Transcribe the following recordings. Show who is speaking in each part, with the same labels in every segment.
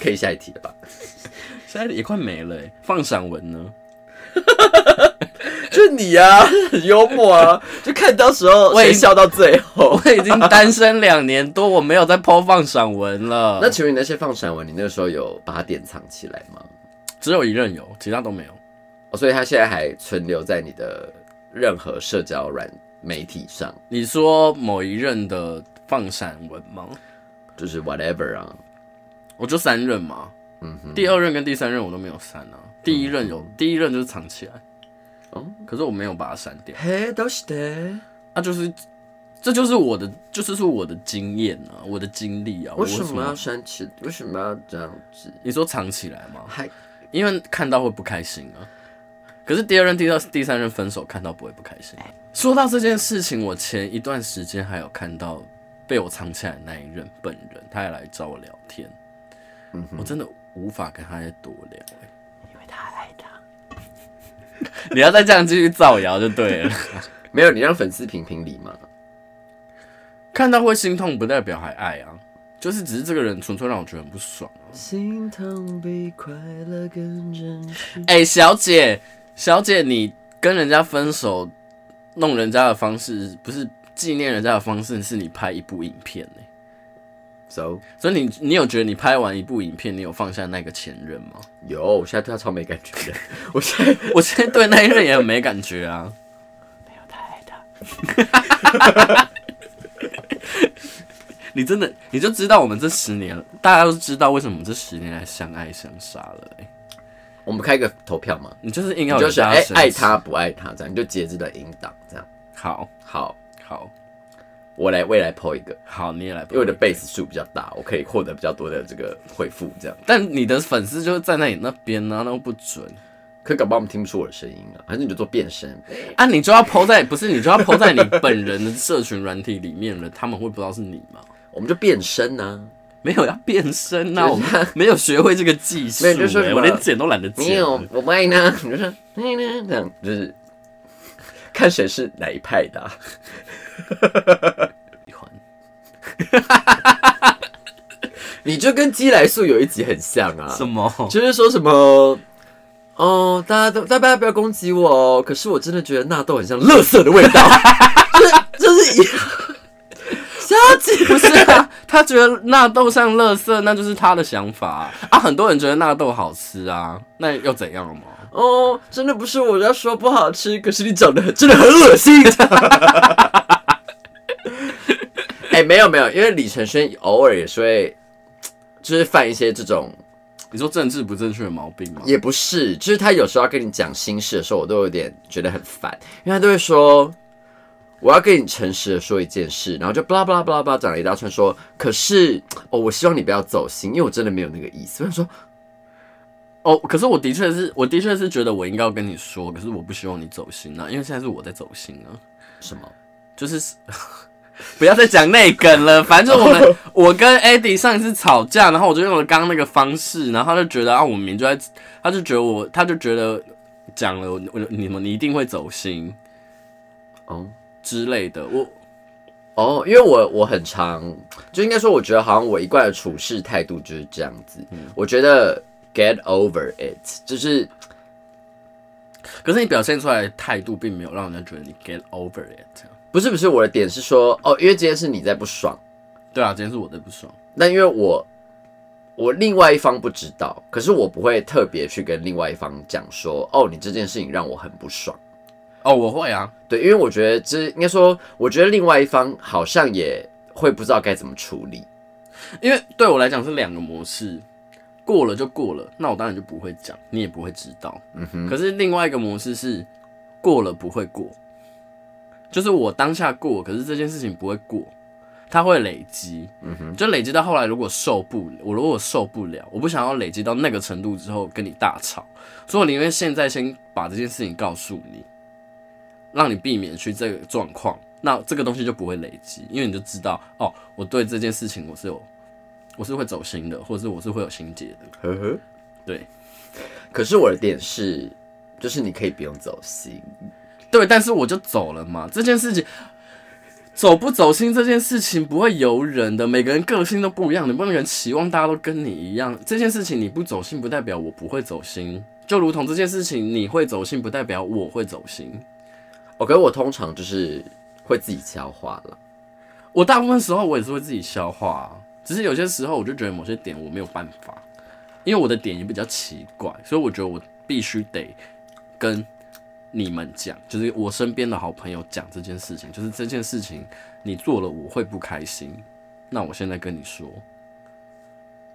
Speaker 1: 可以下一题了吧？下一题也快没了、欸，放散文呢？
Speaker 2: 就你啊， 很幽默啊，就看到时 候
Speaker 1: 喂
Speaker 2: 谁笑到最后。
Speaker 1: 我已经单身两年多，我没有在剖放散文了。
Speaker 2: 那请问你那些放闪文，你那时候有把它典藏起来吗？
Speaker 1: 只有一任有，其他都没有。
Speaker 2: 哦，所以它现在还存留在你的任何社交软媒体上，
Speaker 1: 你说某一任的放散文吗？
Speaker 2: 就是 whatever 啊。
Speaker 1: 我就三任嘛，
Speaker 2: 嗯哼，
Speaker 1: 第二任跟第三任我都没有删啊。第一任有，第一任就是藏起来，
Speaker 2: 哦
Speaker 1: 可是我没有把它删掉。
Speaker 2: 嘿，都是的。
Speaker 1: 啊，就是这就是我的，就是是我的经验啊，我的经历啊。我
Speaker 2: 哦为什么
Speaker 1: 要
Speaker 2: 要删去？为什么要这样子？
Speaker 1: 你说藏起来吗？
Speaker 2: 还
Speaker 1: 因为看到会不开心啊。可是第二任、第二、第三任分手，看到不会不开心。啊说到这件事情，我前一段时间还有看到被我藏起来的那一任本人，他也来找我聊天，
Speaker 2: 嗯
Speaker 1: 我真的无法跟他再多聊、欸。
Speaker 2: 因为他爱他。
Speaker 1: 你要再这样继续造谣就对了。
Speaker 2: 没有，你让粉丝评评理嘛。
Speaker 1: 看到会心痛，不代表还爱啊，就是只是这个人纯粹让我觉得很不爽啊。
Speaker 2: 心疼比快乐更真实。
Speaker 1: 哎、小姐，小姐，你跟人家分手，弄人家的方式不是纪念人家的方式，是你拍一部影片呢、
Speaker 2: So
Speaker 1: 所以你，你有觉得你拍完一部影片，你有放下那个前任吗？
Speaker 2: 有，我现在对他超没感觉的。我现在
Speaker 1: 我现在对那一任也很没感觉啊。
Speaker 2: 没有太爱他。
Speaker 1: 你真的，你就知道我们这十年，大家都知道为什么我们这十年来相爱相杀了、欸。
Speaker 2: 我们开个投票嘛，
Speaker 1: 你就是硬
Speaker 2: 你
Speaker 1: 要
Speaker 2: 就
Speaker 1: 人
Speaker 2: 是
Speaker 1: 家
Speaker 2: 哎
Speaker 1: 生
Speaker 2: 爱
Speaker 1: 气
Speaker 2: 他。不爱他这样，你就节制的引导这样。
Speaker 1: 好
Speaker 2: 好，
Speaker 1: 好
Speaker 2: 我来未来抛一个，
Speaker 1: 好，你也来吧。
Speaker 2: 因为我的 base 数比较大，我可以获得比较多的这个回复这样。
Speaker 1: 但你的粉丝就是站在你那边呢、啊，那又不准
Speaker 2: 可搞不好我们听不出我的声音啊，还是你就做变声？
Speaker 1: 啊！你就要抛在不是你就要抛在你本人的社群软体里面了，他们会不知道是你吗？
Speaker 2: 我们就变声啊呢、
Speaker 1: 没有要变身呐、
Speaker 2: 就是
Speaker 1: 我们没有学会这个技术、
Speaker 2: 没有就是说
Speaker 1: 欸
Speaker 2: 什么
Speaker 1: 我连剪都懒得
Speaker 2: 没
Speaker 1: 剪
Speaker 2: 有
Speaker 1: 了。，
Speaker 2: 我不爱呢，你就是爱呢，这样就是看谁是哪一派的啊、啊
Speaker 1: 喜欢
Speaker 2: 你就跟鸡来素有一集很像啊，
Speaker 1: 什么？
Speaker 2: 就是说什么。哦，大家都大家不要攻击我哦！可是我真的觉得纳豆很像垃圾的味道， 就是就是一， 小姐
Speaker 1: 不是啊，他觉得纳豆像垃圾，那就是他的想法啊。啊很多人觉得纳豆好吃啊，那又怎样嘛？
Speaker 2: 哦，真的不是我要说不好吃，可是你长得真的很恶心。 哎、没有没有，因为李承轩偶尔也是会，就是犯一些这种，
Speaker 1: 你说政治不正确的毛病吗？
Speaker 2: 也不是，就是他有时候要跟你讲心事的时候，我都有点觉得很烦，因为他都会说。我要跟你诚实的说一件事，然后就巴拉巴拉巴拉巴拉讲了一大串说，可是哦，我希望你不要走心，因为我真的没有那个意思。我想说，
Speaker 1: 哦，可是我的确是，我的确是觉得我应该要跟你说，可是我不希望你走心啊，因为现在是我在走心啊。
Speaker 2: 什么？
Speaker 1: 就是 不要再讲内梗了，反正就是我们我跟 Eddie 上一次吵架，然后我就用了刚刚那个方式，然后他就觉得啊，我明明就在，他就觉得我，他就觉得讲了我我你们你一定会走心
Speaker 2: 哦，
Speaker 1: 之类的，我
Speaker 2: 哦，因为我我很常，就应该说，我觉得好像我一贯的处事态度就是这样子。我觉得 get over it，就是
Speaker 1: 可是你表现出来的态度并没有让人家觉得你 get over it，
Speaker 2: 不是不是我的点是说，哦，因为今天是你在不爽，
Speaker 1: 对啊，今天是我的不爽，
Speaker 2: 那因为我我另外一方不知道，可是我不会特别去跟另外一方讲说，哦，你这件事情让我很不爽。
Speaker 1: 哦，我会啊，
Speaker 2: 对，因为我觉得这应该说，我觉得另外一方好像也会不知道该怎么处理。
Speaker 1: 因为对我来讲是两个模式，过了就过了，那我当然就不会讲，你也不会知道。
Speaker 2: 嗯哼，
Speaker 1: 可是另外一个模式是过了不会过，就是我当下过，可是这件事情不会过，它会累积，
Speaker 2: 嗯哼，
Speaker 1: 就累积到后来，如果受不了，我如果受不了，我不想要累积到那个程度之后跟你大吵，所以我宁愿现在先把这件事情告诉你，让你避免去这个状况，那这个东西就不会累积，因为你就知道哦，我对这件事情我是有，我是会走心的，或者是我是会有心结的，
Speaker 2: 呵呵。
Speaker 1: 对。
Speaker 2: 可是我的点是，就是你可以不用走心。
Speaker 1: 对，但是我就走了嘛。这件事情，走不走心这件事情不会由人的，每个人个性都不一样，你不能期望大家都跟你一样。这件事情你不走心，不代表我不会走心，就如同这件事情你会走心，不代表我会走心。
Speaker 2: 哦，可是我通常就是会自己消化了。
Speaker 1: 我大部分时候我也是会自己消化啊、只是有些时候我就觉得某些点我没有办法，因为我的点也比较奇怪，所以我觉得我必须得跟你们讲，就是我身边的好朋友讲这件事情，就是这件事情你做了我会不开心，那我现在跟你说，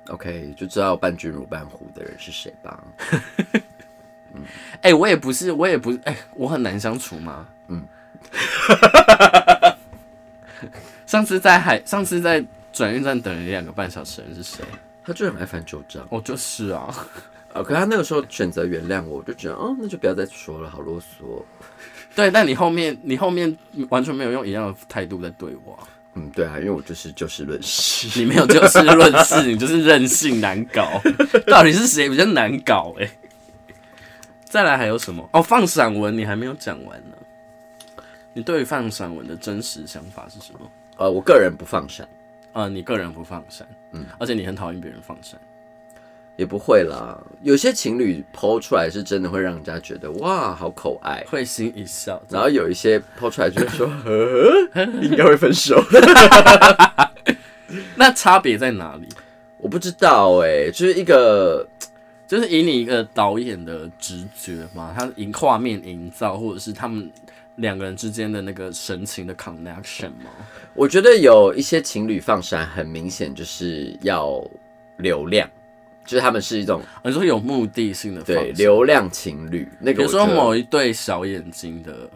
Speaker 2: OK，就知道伴君如伴虎的人是谁吧。
Speaker 1: 哎、我也不是，我也不是，哎、我很难相处吗？嗯，上次在海，上次在转运站等了两个半小时的人是谁？
Speaker 2: 他就很爱翻旧账。
Speaker 1: 哦，就是啊。
Speaker 2: 呃，可他那个时候选择原谅我，我就觉得，哦，那就不要再说了，好啰嗦。
Speaker 1: 对，但你后面你后面完全没有用一样的态度在对我啊、
Speaker 2: 嗯，对啊，因为我就是就事论事。
Speaker 1: 你没有就事论事，你就是任性难搞。到底是谁比较难搞、欸？哎，再来还有什么？哦，放散文你还没有讲完呢。你对于放散文的真实想法是什么？
Speaker 2: 呃，我个人不放闪，
Speaker 1: 啊、你个人不放闪，嗯，而且你很讨厌别人放闪。
Speaker 2: 也不会啦。有些情侣抛出来是真的会让人家觉得哇，好口爱。
Speaker 1: 会心一笑，
Speaker 2: 然后有一些抛出来就会说， 呵呵应该会分手。
Speaker 1: 那差别在哪里？
Speaker 2: 我不知道哎、就是一个
Speaker 1: 就是以你一个导演的直觉嘛，他营画面营造，或者是他们两个人之间的那个神情的 connection 吗？
Speaker 2: 我觉得有一些情侣放闪，很明显就是要流量，就是他们是一种
Speaker 1: 哦你说有目的性的放
Speaker 2: 对
Speaker 1: 闪，
Speaker 2: 流量情侣。那
Speaker 1: 比
Speaker 2: 个
Speaker 1: 如
Speaker 2: 我
Speaker 1: 说
Speaker 2: 觉得
Speaker 1: 某一对小眼睛的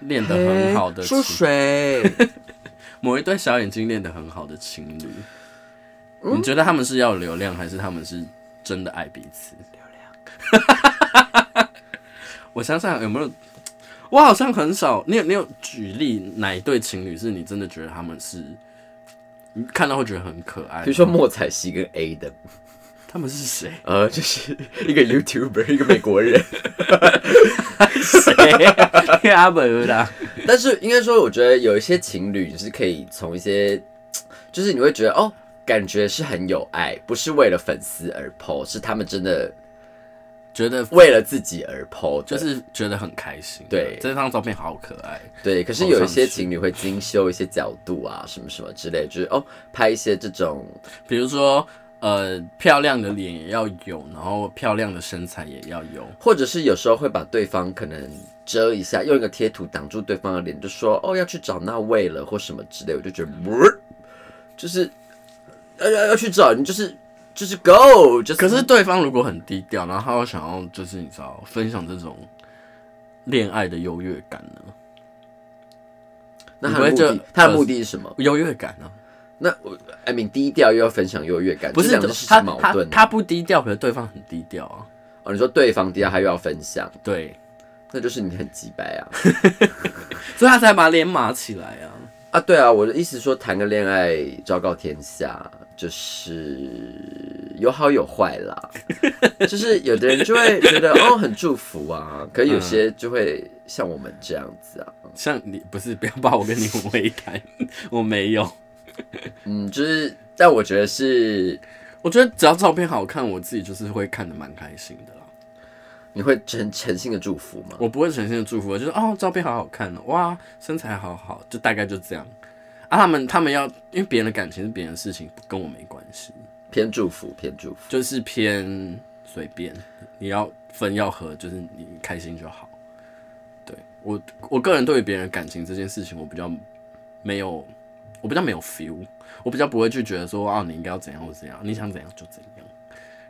Speaker 1: 练得很好的
Speaker 2: 嘿
Speaker 1: 情
Speaker 2: 出水，
Speaker 1: 某一对小眼睛练得很好的情侣，
Speaker 2: 嗯
Speaker 1: 你觉得他们是要流量，还是他们是真的爱彼此？流量。 我想想有没有，我好像很少。你有你有举例哪一对情侣是你真的觉得他们是你看到会觉得很可爱？
Speaker 2: 比如说莫彩曦跟 A 的，
Speaker 1: 他们是谁？
Speaker 2: 呃，就是一个 YouTuber，一个美国人。
Speaker 1: 谁？阿本啦。
Speaker 2: 但是应该说，我觉得有一些情侣是可以从一些，就是你会觉得哦，感觉是很有爱，不是为了粉丝而 PO，是他们真的
Speaker 1: 觉得
Speaker 2: 为了自己而 PO 的。
Speaker 1: 就是觉得很开心。
Speaker 2: 对
Speaker 1: 这张照片好可爱。
Speaker 2: 对，可是有一些情侣会精修一些角度啊，什么什么之类，就是哦，拍一些这种
Speaker 1: 比如说，呃，漂亮的脸也要有，然后漂亮的身材也要有。
Speaker 2: 或者是有时候会把对方可能遮一下，用一个贴图挡住对方的脸，就说哦要去找那位了或什么之类，我就觉得，嗯就是要要要去找你，就是就是 go，就是
Speaker 1: 可是对方如果很低调，然后他又想要就是你知道分享这种恋爱的优越感呢？
Speaker 2: 那他
Speaker 1: 你
Speaker 2: 的目
Speaker 1: 不会
Speaker 2: 的
Speaker 1: 就呃
Speaker 2: 他的目的是什么？
Speaker 1: 优越感呢、
Speaker 2: 那我 I mean 低调又要分享优越感，
Speaker 1: 不
Speaker 2: 这
Speaker 1: 是
Speaker 2: 两件事
Speaker 1: 他
Speaker 2: 情矛
Speaker 1: 他
Speaker 2: 盾的啊
Speaker 1: 他不低调，可是对方很低调啊。
Speaker 2: 哦，你说对方低调，他又要分享，
Speaker 1: 对，
Speaker 2: 那就是你很鸡掰啊
Speaker 1: 所以他才把脸码起来啊。
Speaker 2: 啊！对啊，我的意思是说谈个恋爱昭告天下，就是有好有坏啦，就是有的人就会觉得哦很祝福啊，可有些就会像我们这样子啊，
Speaker 1: 像你不是不要把我跟你 混为一谈，我没有。
Speaker 2: 嗯，就是但我觉得是
Speaker 1: 我觉得只要照片好看，我自己就是会看得蛮开心的啦。
Speaker 2: 你会诚诚心的祝福吗？
Speaker 1: 我不会呈现祝福，我就是哦，照片好好看哦，哇，身材好好，就大概就这样。啊，他们他们要因为别人的感情是别人的事情，跟我没关系。
Speaker 2: 偏祝福，偏祝福。
Speaker 1: 就是偏随便，你要分要合，就是你开心就好。对我我个人对于别人感情这件事情，我比较没有，我比较没有 feel，我比较不会去觉得说啊，你应该要怎样或怎样，你想怎样就怎样。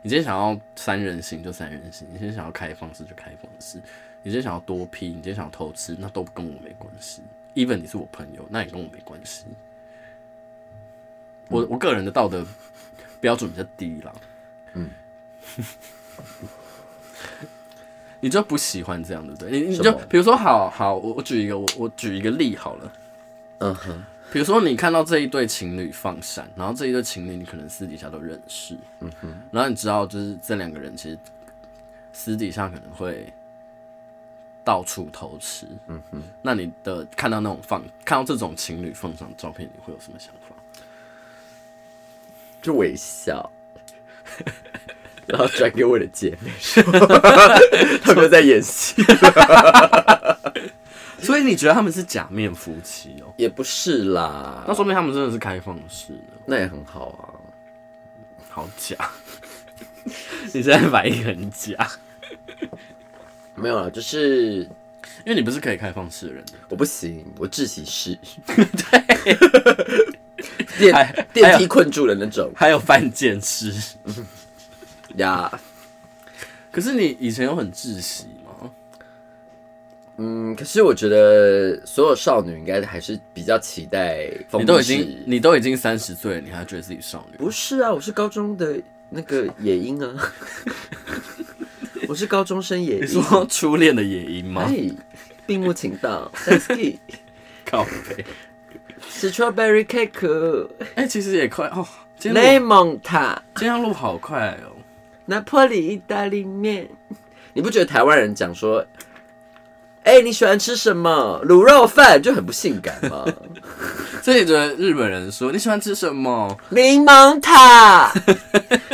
Speaker 1: 你今天想要三人行就三人行，你今天想要开放式就开放式，你今天想要多批，你今天想要偷吃，那都跟我没关系。even 你是我朋友，那也跟我没关系。
Speaker 2: 嗯
Speaker 1: 我我个人的道德标准比较低啦。嗯， 你就不喜欢这样，对不对？你你
Speaker 2: 什
Speaker 1: 就
Speaker 2: 么
Speaker 1: 比如说，好好，我我举一个我我举一个例好了。
Speaker 2: 嗯哼，
Speaker 1: 比如说，你看到这一对情侣放闪，然后这一对情侣你可能私底下都认识，嗯哼，然后你知道就是这两个人其实私底下可能会到处偷吃，嗯哼，那你的看到那种放看到这种情侣放上的照片，你会有什么想法？
Speaker 2: 就微笑，然后转给我的姐妹说， 他们在演 戏，
Speaker 1: 所以你觉得他们是假面夫妻 哦、
Speaker 2: 也不是啦
Speaker 1: 那，说明他们真的是开放式的，
Speaker 2: 那也很好啊。
Speaker 1: 好假！你现在反应很假，
Speaker 2: 没有啦，啊就是
Speaker 1: 因为你不是可以开放式的人的，
Speaker 2: 我不行，我窒 息室，对，
Speaker 1: 还
Speaker 2: 电电梯困住了那种
Speaker 1: 还有犯贱式。
Speaker 2: 呀。
Speaker 1: 可是你以前有很窒息吗？
Speaker 2: 嗯，可是我觉得所有少女应该还是比较期待风
Speaker 1: 你
Speaker 2: 都
Speaker 1: 都
Speaker 2: 已
Speaker 1: 已
Speaker 2: 经
Speaker 1: 经你都已经三十岁了，你还觉得自己少女？
Speaker 2: 不是啊，我是高中的那个野 樱啊，我是高中生野
Speaker 1: 你
Speaker 2: 樱，
Speaker 1: 说初恋的野樱吗？
Speaker 2: 哎，闭目情道 s a s k y
Speaker 1: 靠背。
Speaker 2: strawberry cake
Speaker 1: 哎、其实也快哦，今天录
Speaker 2: lemon 塔
Speaker 1: 今天录好快哦。
Speaker 2: 拿破里意大利面，你不觉得台湾人讲说？哎、你喜欢吃什么？卤肉饭就很不性感吗？
Speaker 1: 所以你觉得日本人说你喜欢吃什么？
Speaker 2: 柠檬 塔、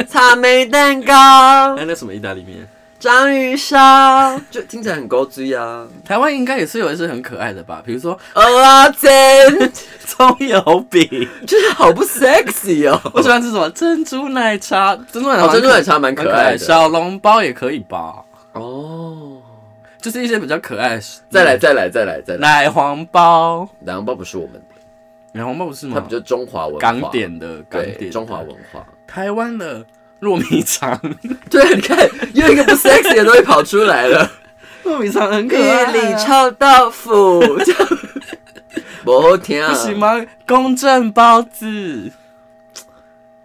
Speaker 2: 草莓蛋糕
Speaker 1: 哎、、那什么意大利面？
Speaker 2: 章鱼烧，就听起来很高级啊。
Speaker 1: 台湾应该也是有一些很可爱的吧，比如说
Speaker 2: 鹅啊，真
Speaker 1: 葱油饼。
Speaker 2: 就是好不 sexy 哦。
Speaker 1: 我喜欢吃什么珍珠奶茶，珍珠奶茶蛮
Speaker 2: 哦
Speaker 1: 可、
Speaker 2: 珍珠奶茶蛮可爱的
Speaker 1: 小笼包也可以吧，
Speaker 2: 哦。
Speaker 1: 就是一些比较可爱的。嗯
Speaker 2: 再来，再来，再来，再来。
Speaker 1: 奶黄包，
Speaker 2: 奶黄包不是我们的，
Speaker 1: 奶黄包不是吗？
Speaker 2: 它不就中华文化？
Speaker 1: 港点的港点
Speaker 2: 对，
Speaker 1: 的
Speaker 2: 中华文化。
Speaker 1: 台湾的糯米肠，
Speaker 2: 对，你看又一个不 sexy 的东西跑出来了。
Speaker 1: 糯米肠很可
Speaker 2: 玉
Speaker 1: 爱、啊
Speaker 2: 里臭豆腐， 不好听啊。
Speaker 1: 不行？吗？公正包子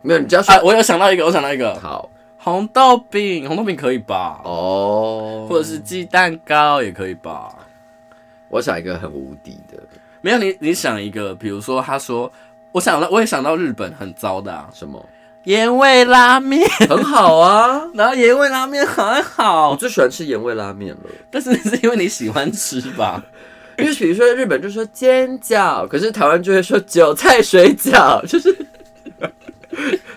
Speaker 2: 没有，你只要说
Speaker 1: 啊，我有想到一个，我想到一个
Speaker 2: 好
Speaker 1: 红豆饼，红豆饼可以吧？
Speaker 2: 哦。
Speaker 1: 或者是鸡蛋糕也可以吧？
Speaker 2: 我想一个很无敌的，
Speaker 1: 没有你，你想一个，比如说他说，我想到我也想到日本很糟的、啊、
Speaker 2: 什么
Speaker 1: 盐味拉面，
Speaker 2: 很好啊。
Speaker 1: 然后盐味拉面很
Speaker 2: 我
Speaker 1: 好，
Speaker 2: 最喜欢吃盐味拉面了。
Speaker 1: 但是是因为你喜欢吃吧？
Speaker 2: 因为比如说日本就说煎饺，可是台湾就会说韭菜水饺， 就是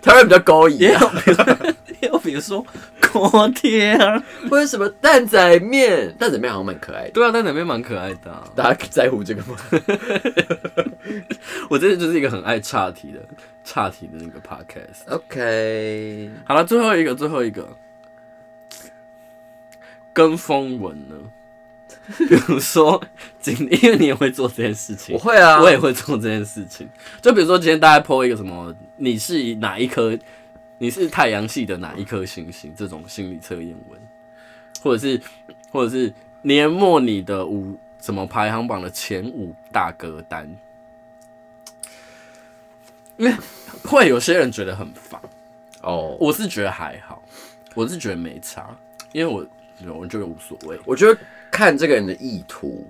Speaker 2: 台湾比较高一
Speaker 1: 也
Speaker 2: 啊，
Speaker 1: 有比如说，也有比如说锅贴啊，
Speaker 2: 或者什么蛋仔面，蛋仔面好像蛮可爱的。
Speaker 1: 对啊，但那边蛮可爱的啊、
Speaker 2: 大家在乎这个吗？
Speaker 1: 我真的就是一个很爱岔题的岔题的那个 podcast。
Speaker 2: OK，
Speaker 1: 好了，最后一个，最后一个，跟风文呢？ 比如说，今因为你也会做这件事情，
Speaker 2: 我会啊，
Speaker 1: 我也会做这件事情。就比如说今天大家 PO 一个什么，你是哪一颗，你是太阳系的哪一颗星星这种心理测验文，或者是或者是年末你的五什么排行榜的前五大歌单，因为会有些人觉得很烦，
Speaker 2: 哦。我
Speaker 1: 我是觉得还好，我是觉得没差，因为我。我觉得无所谓，
Speaker 2: 我觉得看这个人的意图，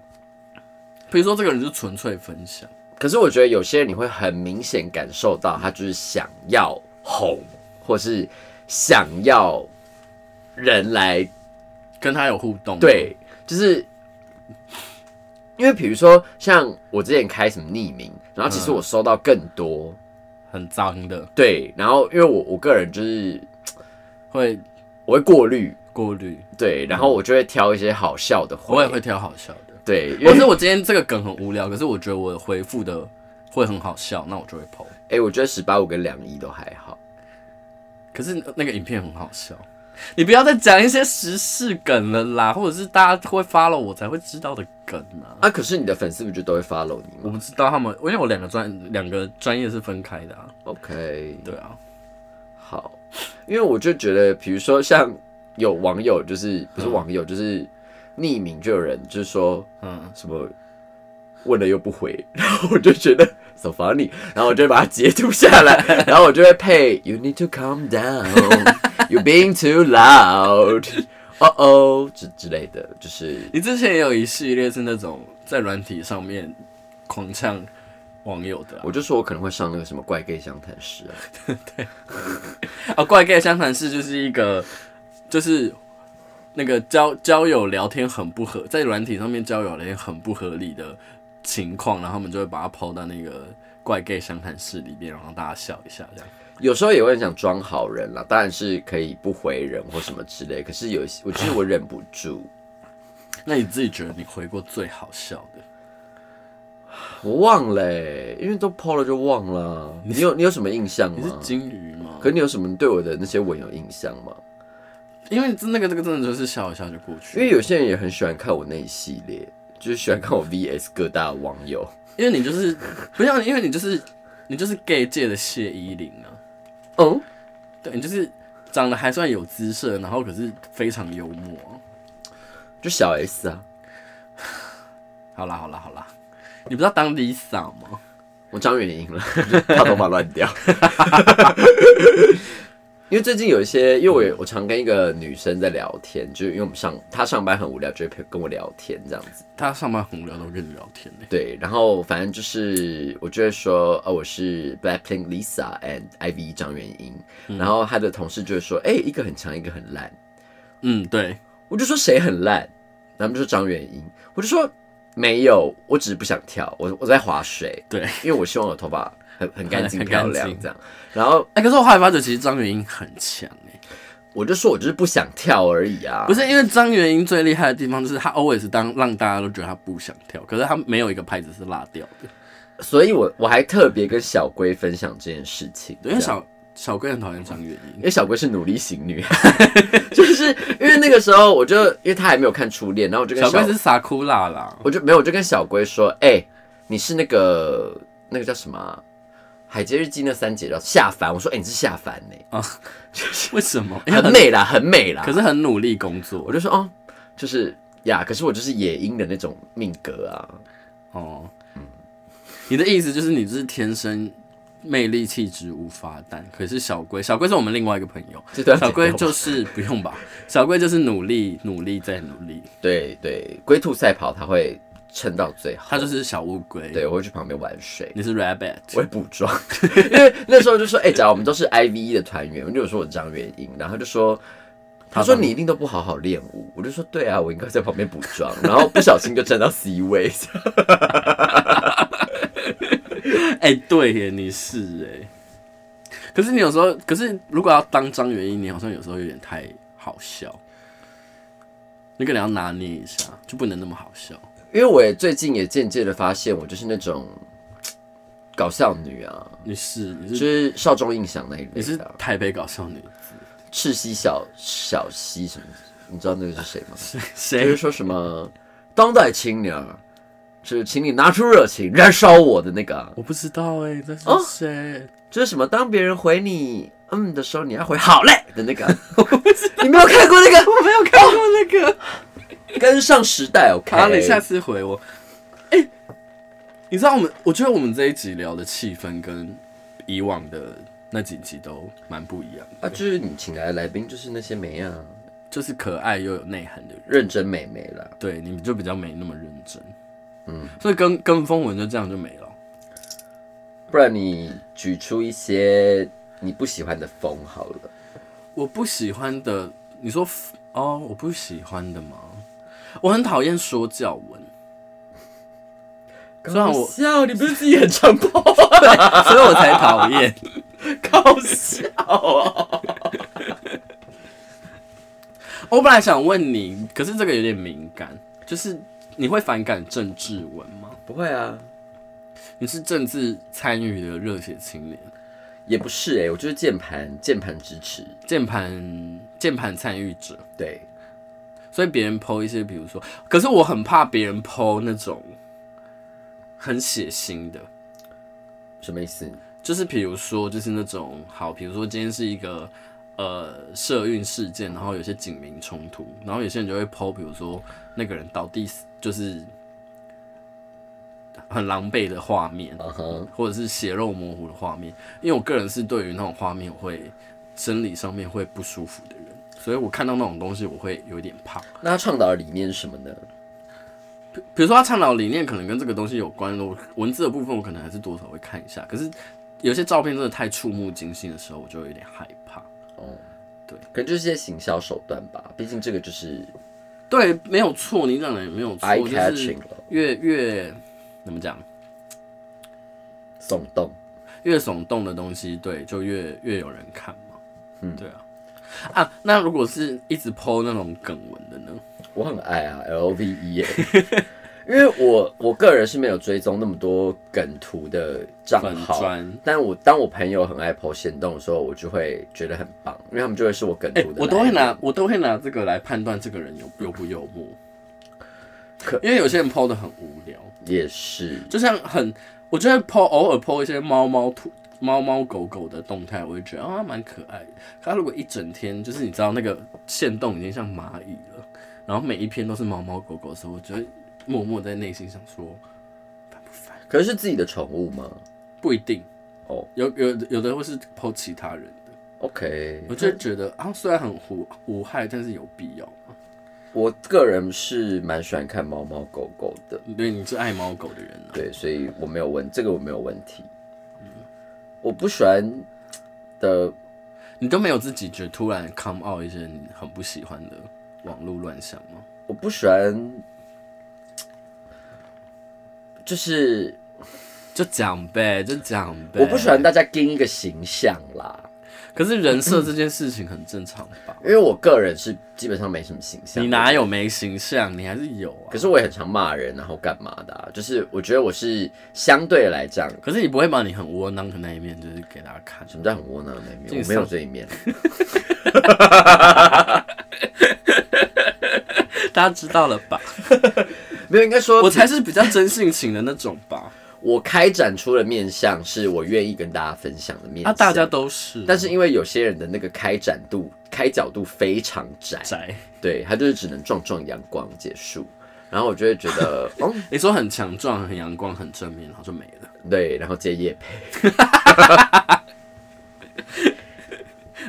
Speaker 1: 比如说这个人就纯粹分享，
Speaker 2: 可是我觉得有些人你会很明显感受到他就是想要红，或是想要人来
Speaker 1: 跟他有互动，，
Speaker 2: 对，就是因为比如说像我之前开什么匿名，然
Speaker 1: 嗯
Speaker 2: 后其实我收到更多，
Speaker 1: 很脏的，
Speaker 2: 对，然后因为我我个人就是
Speaker 1: 会
Speaker 2: 我会过滤，
Speaker 1: 过滤，
Speaker 2: 对，然后我就会挑一些好笑的
Speaker 1: 嗯
Speaker 2: 回，
Speaker 1: 我也会挑好笑的。
Speaker 2: 对，因
Speaker 1: 或
Speaker 2: 为
Speaker 1: 者我今天这个梗很无聊，可是我觉得我回复的会很好笑，那我就会剖。
Speaker 2: 哎、我觉得十八五跟梁一都还好，
Speaker 1: 可是那个影片很好笑，你不要再讲一些时事梗了啦，或者是大家会 follow 我才会知道的梗啊。
Speaker 2: 啊，可是你的粉丝不就都会 follow 你
Speaker 1: 我
Speaker 2: 吗
Speaker 1: 不知道他们，因为我两个专两个专业是分开的啊。
Speaker 2: ？OK，
Speaker 1: 对啊，
Speaker 2: 好，因为我就觉得，比如说像有网友就是不是网友就是匿名就有人就是说。
Speaker 1: 嗯，
Speaker 2: 什么问了又不回， 然后我就觉得 so funny，然后我就会把它截图下来，然后我就会配 You need to calm down，You being too loud，哦哦之之类的，就是
Speaker 1: 你之前也有一系列是那种在软体上面狂呛网友的啊
Speaker 2: 我就说我可能会上那个什么怪 gay 相谈室啊，
Speaker 1: 哦啊，怪 gay 相谈室就是一个就是那个交交友聊天很不合，在软体上面交友聊天很不合理的情况，然后他们就会把它抛到那个怪 gay 相谈室里面，然后让大家笑一下这样。
Speaker 2: 有时候也会很想装好人啦，当然是可以不回人或什么之类。可是有一些，我就是我忍不住，
Speaker 1: 那你自己觉得你回过最好笑的？
Speaker 2: 我忘了、欸，因为都抛了就忘了。啊你有你有什么印象
Speaker 1: 你是
Speaker 2: 吗？
Speaker 1: 金鱼吗？
Speaker 2: 可你有什么对我的那些文有印象吗？
Speaker 1: 因为那个那个真的就是笑一笑就过去
Speaker 2: 因
Speaker 1: 了，
Speaker 2: 为有些人也很喜欢看我那一系列，就是喜欢看我 VS 各大网友。
Speaker 1: 因为你就是不像，因为你就是你就是 gay 界的谢依霖啊，
Speaker 2: 嗯，
Speaker 1: 对你就是长得还算有姿色，然后可是非常幽默啊、
Speaker 2: 就小 S 啊，
Speaker 1: 好啦好啦好啦，你不是要当 Lisa 吗？
Speaker 2: 我张 远赢了，他头发乱掉。因为最近有一些，因为我有我常跟一个女生在聊天，就是因为我们上她上班很无聊，就会跟我聊天这样子。
Speaker 1: 他上班很无聊，都跟你聊天呢、
Speaker 2: 对，然后反正就是我就会说，哦，我是 Blackpink Lisa and IVE 张元英，然后他的同事就会说，哎、一个很强，一个很烂，
Speaker 1: 嗯，对，
Speaker 2: 我就说谁很烂，然后他们就说张元英，我就说没有，我只是不想跳，我我在划水，
Speaker 1: 对，
Speaker 2: 因为我希望我头发很很干净
Speaker 1: 很干
Speaker 2: 漂亮
Speaker 1: 净
Speaker 2: 这样，然后
Speaker 1: 哎、可是我后来发觉，其实张元英很强哎、
Speaker 2: 我就说我就是不想跳而已啊，
Speaker 1: 不是因为张元英最厉害的地方就是她 always 当让大家都觉得她不想跳，可是她没有一个拍子是落掉的。
Speaker 2: 所以我我还特别跟小龟分享这件事情，
Speaker 1: 对，因为
Speaker 2: 这样
Speaker 1: 小小龟很讨厌张元英
Speaker 2: 因，为小龟是努力型 女孩，就是因为那个时候我就因为她还没有看初恋，然后我就跟
Speaker 1: 小
Speaker 2: 小
Speaker 1: 龟是傻哭啦啦，
Speaker 2: 我就没有，我就跟小龟说，哎、你是那个那个叫什么啊、海街日记》那三姐叫下凡，我说，哎、你是下凡呢、
Speaker 1: 为什么？哦因为
Speaker 2: 很美啦，很美啦。
Speaker 1: 可是很努力工
Speaker 2: 我
Speaker 1: 作
Speaker 2: 就说，哦，就是呀，可是我就是野鹰的那种命格啊，
Speaker 1: 哦。你的意思就是你就是天生魅力气质无法挡，可是小龟小龟是我们另外一个朋友，
Speaker 2: 这段
Speaker 1: 小龟
Speaker 2: 啊剪掉
Speaker 1: 就
Speaker 2: 吧
Speaker 1: 是不用吧，小龟就是努力努力再努力，
Speaker 2: 对对，龟兔赛跑他会撑到最后，
Speaker 1: 它就是小乌龟。
Speaker 2: 对嗯我会去旁边玩水。
Speaker 1: 你是 rabbit，
Speaker 2: 我会补妆， 因为那时候就说，哎、假如我们都是 IVE 的团员，我就有说我张元英，然后他就说，他说你一定都不好好练舞，我就说对啊，我应该在旁边补妆，然后不小心就站到 C 位，
Speaker 1: 哎、对耶，你是哎。可是你有时候，可是如果要当张元英，你好像有时候有点太好笑，你可能要拿捏一下，就不能那么好笑。
Speaker 2: 因为我也最近也渐渐的发现，我就是那种搞笑女啊，
Speaker 1: 你是你
Speaker 2: 就是是少中印象那一
Speaker 1: 你
Speaker 2: 类
Speaker 1: 是
Speaker 2: 的啊，
Speaker 1: 台北搞 笑女，
Speaker 2: 赤西小小西什么，你知道那个是谁吗？就
Speaker 1: 谁
Speaker 2: 是说什么当代青年儿，就是请你拿出热情，燃烧我的那个啊。
Speaker 1: 我不知道哎、这
Speaker 2: 哦
Speaker 1: 是谁？
Speaker 2: 就是什么，当别人回你嗯的时候，你要回好嘞的那个，你没有看过那个？哎我没有看
Speaker 1: 哦，那个，
Speaker 2: 跟上时代，OK？
Speaker 1: 好，你下次回我。哎、你知道我们，我觉得我们这一集聊的气氛跟以往的那几集都蛮不一样的，
Speaker 2: 啊，就是你请来的来宾就是那些美啊，
Speaker 1: 就是可爱又有内涵的人。
Speaker 2: 认真美眉啦。
Speaker 1: 对，你们就比较没那么认真。嗯，所以跟跟风文就这样就没了。
Speaker 2: 不然你举出一些你不喜欢的风好了。
Speaker 1: 我不喜欢的，你说 f- 哦，我不喜欢的吗？我很讨厌说教文，虽然我
Speaker 2: 笑，你不是自己很沉默？
Speaker 1: 所以我才讨厌。
Speaker 2: 搞笑啊！
Speaker 1: 我本来想问你，可是这个有点敏感，就是你会反感政治文吗？
Speaker 2: 不会啊，
Speaker 1: 你是政治参与的热血青年，
Speaker 2: 也不是哎、我就是键盘键盘支持。
Speaker 1: 键盘键盘参与者，
Speaker 2: 对，
Speaker 1: 所以别人剖一些，比如说，呃可是我很怕别人剖那种很血腥的，
Speaker 2: 什么意思？
Speaker 1: 就是比如说，就是那种好，比如说今天是一个呃社运事件，然后有些警民冲突，然后有些人就会剖，比如说那个人倒地死，就是很狼狈的画面，
Speaker 2: 嗯哼，
Speaker 1: 或者是血肉模糊的画面。因为我个人是对于那种画面，我会生理上面会不舒服的人，所以我看到那种东西，我会有点怕。
Speaker 2: 那他倡导的理念是什么呢？
Speaker 1: 比如说他倡导理念可能跟这个东西有关，我文字的部分我可能还是多少会看一下，可是有些照片真的太触目惊心的时候，我就有点害怕。
Speaker 2: 哦，可能就是一些行销手段吧，毕竟这个就是
Speaker 1: 对，没有错，你讲的也没有错，
Speaker 2: eye
Speaker 1: 就
Speaker 2: catching
Speaker 1: 是
Speaker 2: 了，
Speaker 1: 越越怎么讲，
Speaker 2: 耸动。
Speaker 1: 越耸动的东西，对，就越越有人看嘛。嗯，对啊。啊，那如果是一直 PO 那种梗文的呢？
Speaker 2: 我很爱啊，L V E，耶 因为我我个人是没有追踪那么多梗图的账
Speaker 1: 粉
Speaker 2: 号，
Speaker 1: 砖，
Speaker 2: 但我当我朋友很爱 PO 行动的时候，我就会觉得很棒，因为他们就会是我梗
Speaker 1: 哎、
Speaker 2: 图的来源、
Speaker 1: 我都会拿我都会拿这个来判断这个人有幽不幽默。
Speaker 2: 可
Speaker 1: 因为有些人 PO 的很无聊，
Speaker 2: 也是
Speaker 1: 就像很，我觉得 PO 偶尔 PO 一些猫猫兔、猫猫狗狗的动态，我会觉得啊蛮可爱的。可它如果一整天就是你知道那个线动已经像蚂蚁了，然后每一篇都是猫猫狗狗的时候，我就会默默在内心想说，
Speaker 2: 可是是自己的宠物吗
Speaker 1: 不一定
Speaker 2: 哦，
Speaker 1: 有有有的会是 PO 其他人的，
Speaker 2: ？OK，
Speaker 1: 我就会觉得啊虽然很无无害，但是有必要吗？
Speaker 2: 我个人是蛮喜欢看猫猫狗狗的，
Speaker 1: 对，你是爱猫狗的人啊。
Speaker 2: 对，所以我没有问这个我没有问题。我不喜欢的
Speaker 1: 你都没有自己觉得突然 come out 一些你很不喜欢的网络乱象吗？
Speaker 2: 我不喜欢，就是
Speaker 1: 就讲呗，就讲呗。
Speaker 2: 我不喜欢大家跟一个形象啦，
Speaker 1: 可是人设这件事情很正常吧？
Speaker 2: 因为我个人是基本上没什么形象。
Speaker 1: 你哪？有没形象？你还是有啊。
Speaker 2: 嗯可是我也很常骂人，然后干嘛的啊、就是我觉得我是相对来讲，
Speaker 1: 可是你不会把你很窝囊的那一面，就是给大家看。
Speaker 2: 什么叫很窝囊的那一面？
Speaker 1: 这个
Speaker 2: 我没有
Speaker 1: 上
Speaker 2: 这一面，
Speaker 1: 大家知道了吧？
Speaker 2: 没有应该说
Speaker 1: 我才是比较真性情的那种吧。
Speaker 2: 我开展出的面相是我愿意跟大家分享的面
Speaker 1: 啊，
Speaker 2: 相。
Speaker 1: 大家都是，
Speaker 2: 但是因为有些人的那个开展度、开角度非常窄，
Speaker 1: 宅。
Speaker 2: 对他就是只能撞撞阳光结束。然后我就会觉 得，哦，
Speaker 1: 你说很强壮、很阳光、很正面，然后就没了。
Speaker 2: 对，然后接夜配，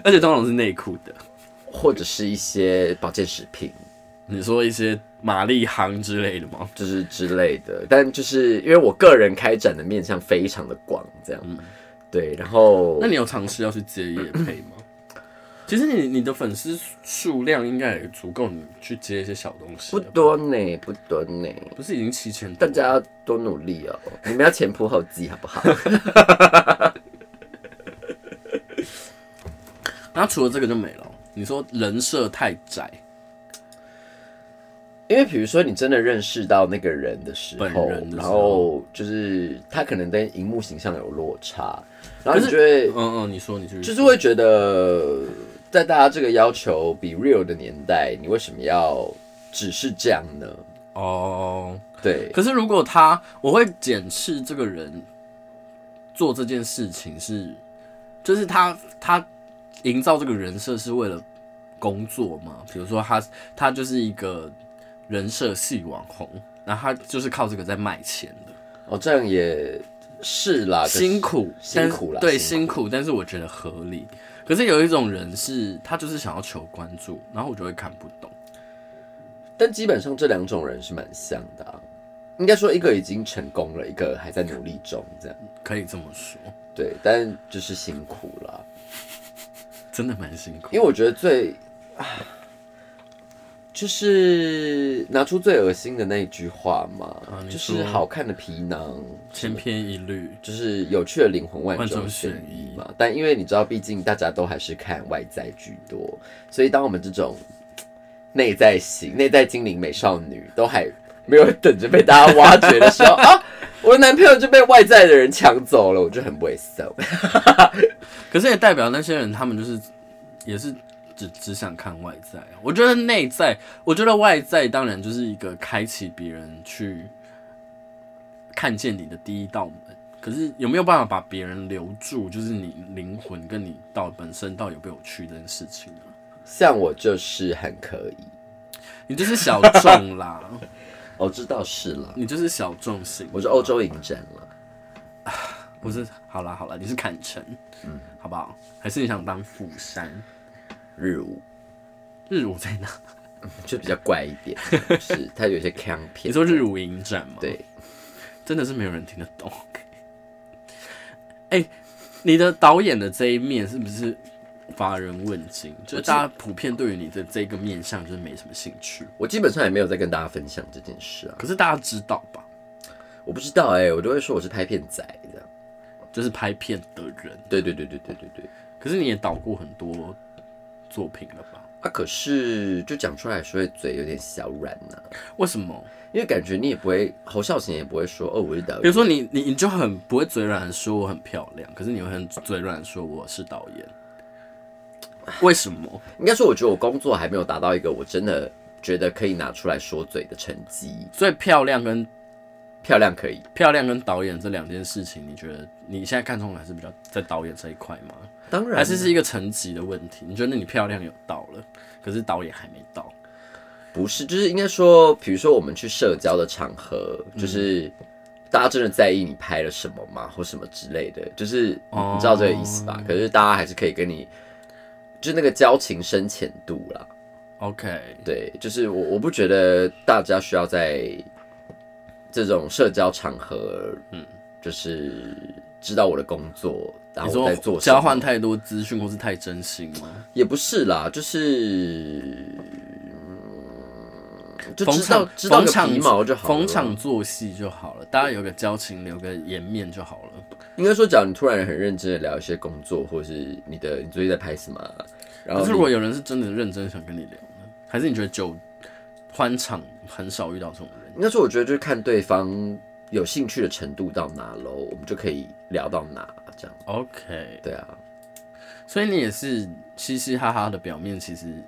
Speaker 1: 而且通常是内裤的。
Speaker 2: 或者是一些保健食品，
Speaker 1: 你说一些玛丽航之类的吗？
Speaker 2: 就是之类的。但就是因为我个人开展的面向非常的广，这样，
Speaker 1: 嗯
Speaker 2: 对。然后
Speaker 1: 那你有尝试要去接夜配吗？ 其实你你的粉丝数量应该也足够你去接一些小东西
Speaker 2: 不
Speaker 1: 了吧，
Speaker 2: 多呢，不多呢，
Speaker 1: 不是已经七千？
Speaker 2: 大家要多努力哦。你们要前仆后继，好 不好？
Speaker 1: 那除了这个就没了哦。你说人设太窄，
Speaker 2: 因为比如说你真的认识到那个人的时
Speaker 1: 本
Speaker 2: 候，
Speaker 1: 人的时候
Speaker 2: 然后就是他可能跟荧幕形象有落差，然后
Speaker 1: 可是
Speaker 2: 你就会
Speaker 1: 嗯嗯，你说你就是
Speaker 2: 就是会觉得，在大家这个要求比 real 的年代，你为什么要只是这样呢？
Speaker 1: 哦。
Speaker 2: 对，
Speaker 1: 可是如果他，我会检视这个人做这件事情是，就是他他营造这个人设是为了工作嘛？比如说他他就是一个人设系网红，然后他就是靠这个在卖钱的。
Speaker 2: 哦，这样也是啦，啊可是
Speaker 1: 辛苦，
Speaker 2: 辛
Speaker 1: 但是
Speaker 2: 苦啦
Speaker 1: 对，
Speaker 2: 辛
Speaker 1: 辛苦，但是我觉得合理。可是有一种人是，他就是想要求关注，然后我就会看不懂。
Speaker 2: 但基本上这两种人是蛮像的、啊，应该说一个已经成功了，一个还在努力中，这样
Speaker 1: 可以这么说，
Speaker 2: 对，但就是辛苦啦，
Speaker 1: 真的蛮辛苦。
Speaker 2: 因为我觉得最。啊就是拿出最恶心的那一句话嘛，
Speaker 1: 啊你
Speaker 2: 就
Speaker 1: 说
Speaker 2: 是好看的皮囊，
Speaker 1: 千篇一律，
Speaker 2: 就是有趣的灵魂万
Speaker 1: 万
Speaker 2: 中
Speaker 1: 中
Speaker 2: 选
Speaker 1: 选
Speaker 2: 一
Speaker 1: 一
Speaker 2: 嘛。但因为你知道，毕竟大家都还是看外在居多，所以当我们这种嘖内在型、内在精灵美少女都还没有等着被大家挖掘的时候 啊，我的男朋友就被外在的人抢走了，我就很猥琐。
Speaker 1: 可是也代表那些人，他们就是也是只只想看外在啊。我觉得内在，我觉得外在当然就是一个开启别人去看见你的第一道门。可是有没有办法把别人留住，就是你灵魂跟你到本身到底有没有趣这件事情啊？
Speaker 2: 像我就是很可以，
Speaker 1: 你就是小众啦，哦
Speaker 2: 我知道是啦，
Speaker 1: 你就是小众型。
Speaker 2: 我是欧，洲影展了。
Speaker 1: 不是，好啦好啦，你是坎城，嗯，好不好？还是你想当釜山？
Speaker 2: 日舞
Speaker 1: 日舞在哪？
Speaker 2: 就比较怪一点，就是它有一些 camp
Speaker 1: 你
Speaker 2: 片，
Speaker 1: 说日舞啊影展吗？
Speaker 2: 对，
Speaker 1: 真的是没有人听得 懂。哎、你的导演的这一面是不是乏人问津，就是大家普遍对于你的这个面相就是没什么兴趣。
Speaker 2: 我基本上也没有在跟大家分享这件事啊，
Speaker 1: 可是大家知道吧？
Speaker 2: 我不知道哎、我都会说我是拍片仔这样。
Speaker 1: 就是拍片的人，
Speaker 2: 对对对对对对对。
Speaker 1: 可是你也导过很多作品了吧？
Speaker 2: 啊，可是就讲出来，所以嘴有点小软呐、
Speaker 1: 为什么？
Speaker 2: 因为感觉你也不会，侯孝贤也不会说哦，我是导
Speaker 1: 比如
Speaker 2: 演。
Speaker 1: 说你你你就很不会嘴软地说我很漂亮，可是你会很嘴软地说我是导演，为什么？
Speaker 2: 应该说，我觉得我工作还没有达到一个我真的觉得可以拿出来说嘴的成绩。
Speaker 1: 所以漂亮跟
Speaker 2: 漂亮可以，
Speaker 1: 漂亮跟导演这两件事情，你觉得你现在看重的还是比较在导演这一块吗？
Speaker 2: 当然啊
Speaker 1: 还是是一个层级的问题？你觉得你漂亮有到了，可是导演还没到，
Speaker 2: 不是，就是应该说，比如说我们去社交的场合，
Speaker 1: 嗯
Speaker 2: 就是。大家真的在意你拍了什么吗，或什么之类的，就是你
Speaker 1: 哦
Speaker 2: 你知道这个意思吧？可是大家还是可以跟你，就是那个交情深浅度啦。
Speaker 1: ？OK，
Speaker 2: 对，就是我我不觉得大家需要在这种社交场合，嗯，就是知道我的工作，然
Speaker 1: 你
Speaker 2: 后我在做
Speaker 1: 说
Speaker 2: 什么
Speaker 1: 交换太多资讯或是太真心吗？
Speaker 2: 也不是啦，就是。嗯就
Speaker 1: 逢
Speaker 2: 知道
Speaker 1: 场
Speaker 2: 知道
Speaker 1: 逢
Speaker 2: 个
Speaker 1: 场
Speaker 2: 皮毛就好了。
Speaker 1: 逢场作戏就好了，大家有个交情，留个颜面就好了。
Speaker 2: 应该说，假如你突然很认真的聊一些工作，或是你的你最近在拍什么啊，然后
Speaker 1: 可是
Speaker 2: 你
Speaker 1: 如果有人是真的认真想跟你聊呢？还是你觉得酒欢场很少遇到这种人？
Speaker 2: 应该说，我觉得就是看对方有兴趣的程度到哪喽，我们就可以聊到哪啊这样。
Speaker 1: OK，
Speaker 2: 对啊，
Speaker 1: 所以你也是嘻嘻哈哈的表面，其实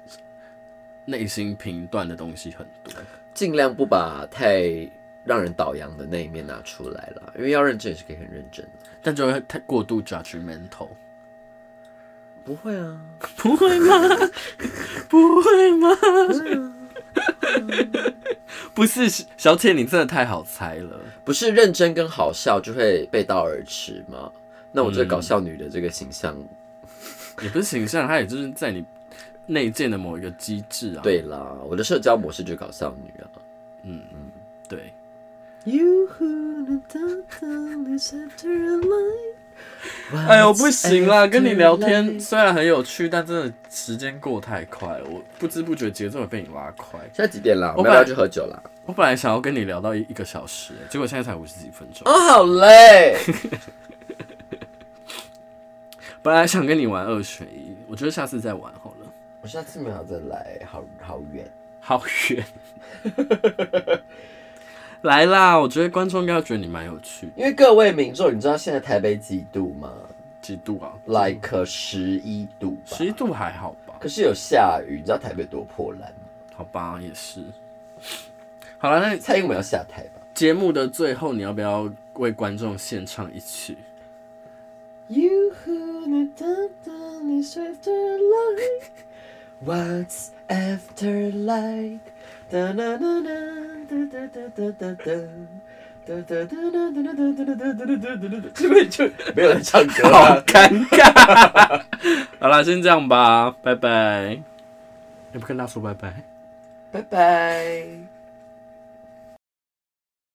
Speaker 1: 内心评断的东西很多。
Speaker 2: 尽量不把太让人倒洋的那一面拿出来啦，因为要认真也是可以很认真的。
Speaker 1: 但就会太过度 judgmental，
Speaker 2: 不会啊，
Speaker 1: 不会 吗？不会吗？ 不是小姐，你真的太好猜了。
Speaker 2: 不是认真跟好笑就会背道而驰吗？那我这个搞笑女的这个形象，
Speaker 1: 也不是形象，它也就是在你内建的某一个机制啊。
Speaker 2: 对啦，我的社交模式就是搞笑女啊。
Speaker 1: 对，哎呦不行啦，跟你聊天虽然很有趣，但真的时间过太快了，我不知不觉节奏也被你拉快。
Speaker 2: 现在几点啦？
Speaker 1: 我
Speaker 2: 我
Speaker 1: 本
Speaker 2: 们
Speaker 1: 来
Speaker 2: 要不要去喝酒啦？
Speaker 1: 我本来想要跟你聊到一一个小时，结果现在才五十几分钟。
Speaker 2: 哦，好累。
Speaker 1: 本来想跟你玩二选一，我觉得下次再玩好了。
Speaker 2: 我下次没有再来，好好远。
Speaker 1: 好远。 来啦！我觉得观众应该会觉得你蛮有趣的，
Speaker 2: 因为各位民众，你知道现在台北几度吗
Speaker 1: 几度啊？
Speaker 2: ？Like 十一度吧。
Speaker 1: 十一度还好吧？
Speaker 2: 可是有下雨，你知道台北多破烂吗？
Speaker 1: 好吧，也是。好了，那
Speaker 2: 蔡英文要下台吧
Speaker 1: 节目的最后，你要不要为观众献唱一曲？
Speaker 2: ？You who knew that dawn is after light, what's after light? 哒啦啦啦哒哒哒哒哒哒哒哒哒哒哒哒哒哒哒哒哒哒哒，这边就 没有人唱歌
Speaker 1: 好
Speaker 2: 了。
Speaker 1: 尴尬。 好了，先这样吧，拜拜。要不跟大家说拜拜？
Speaker 2: 拜拜。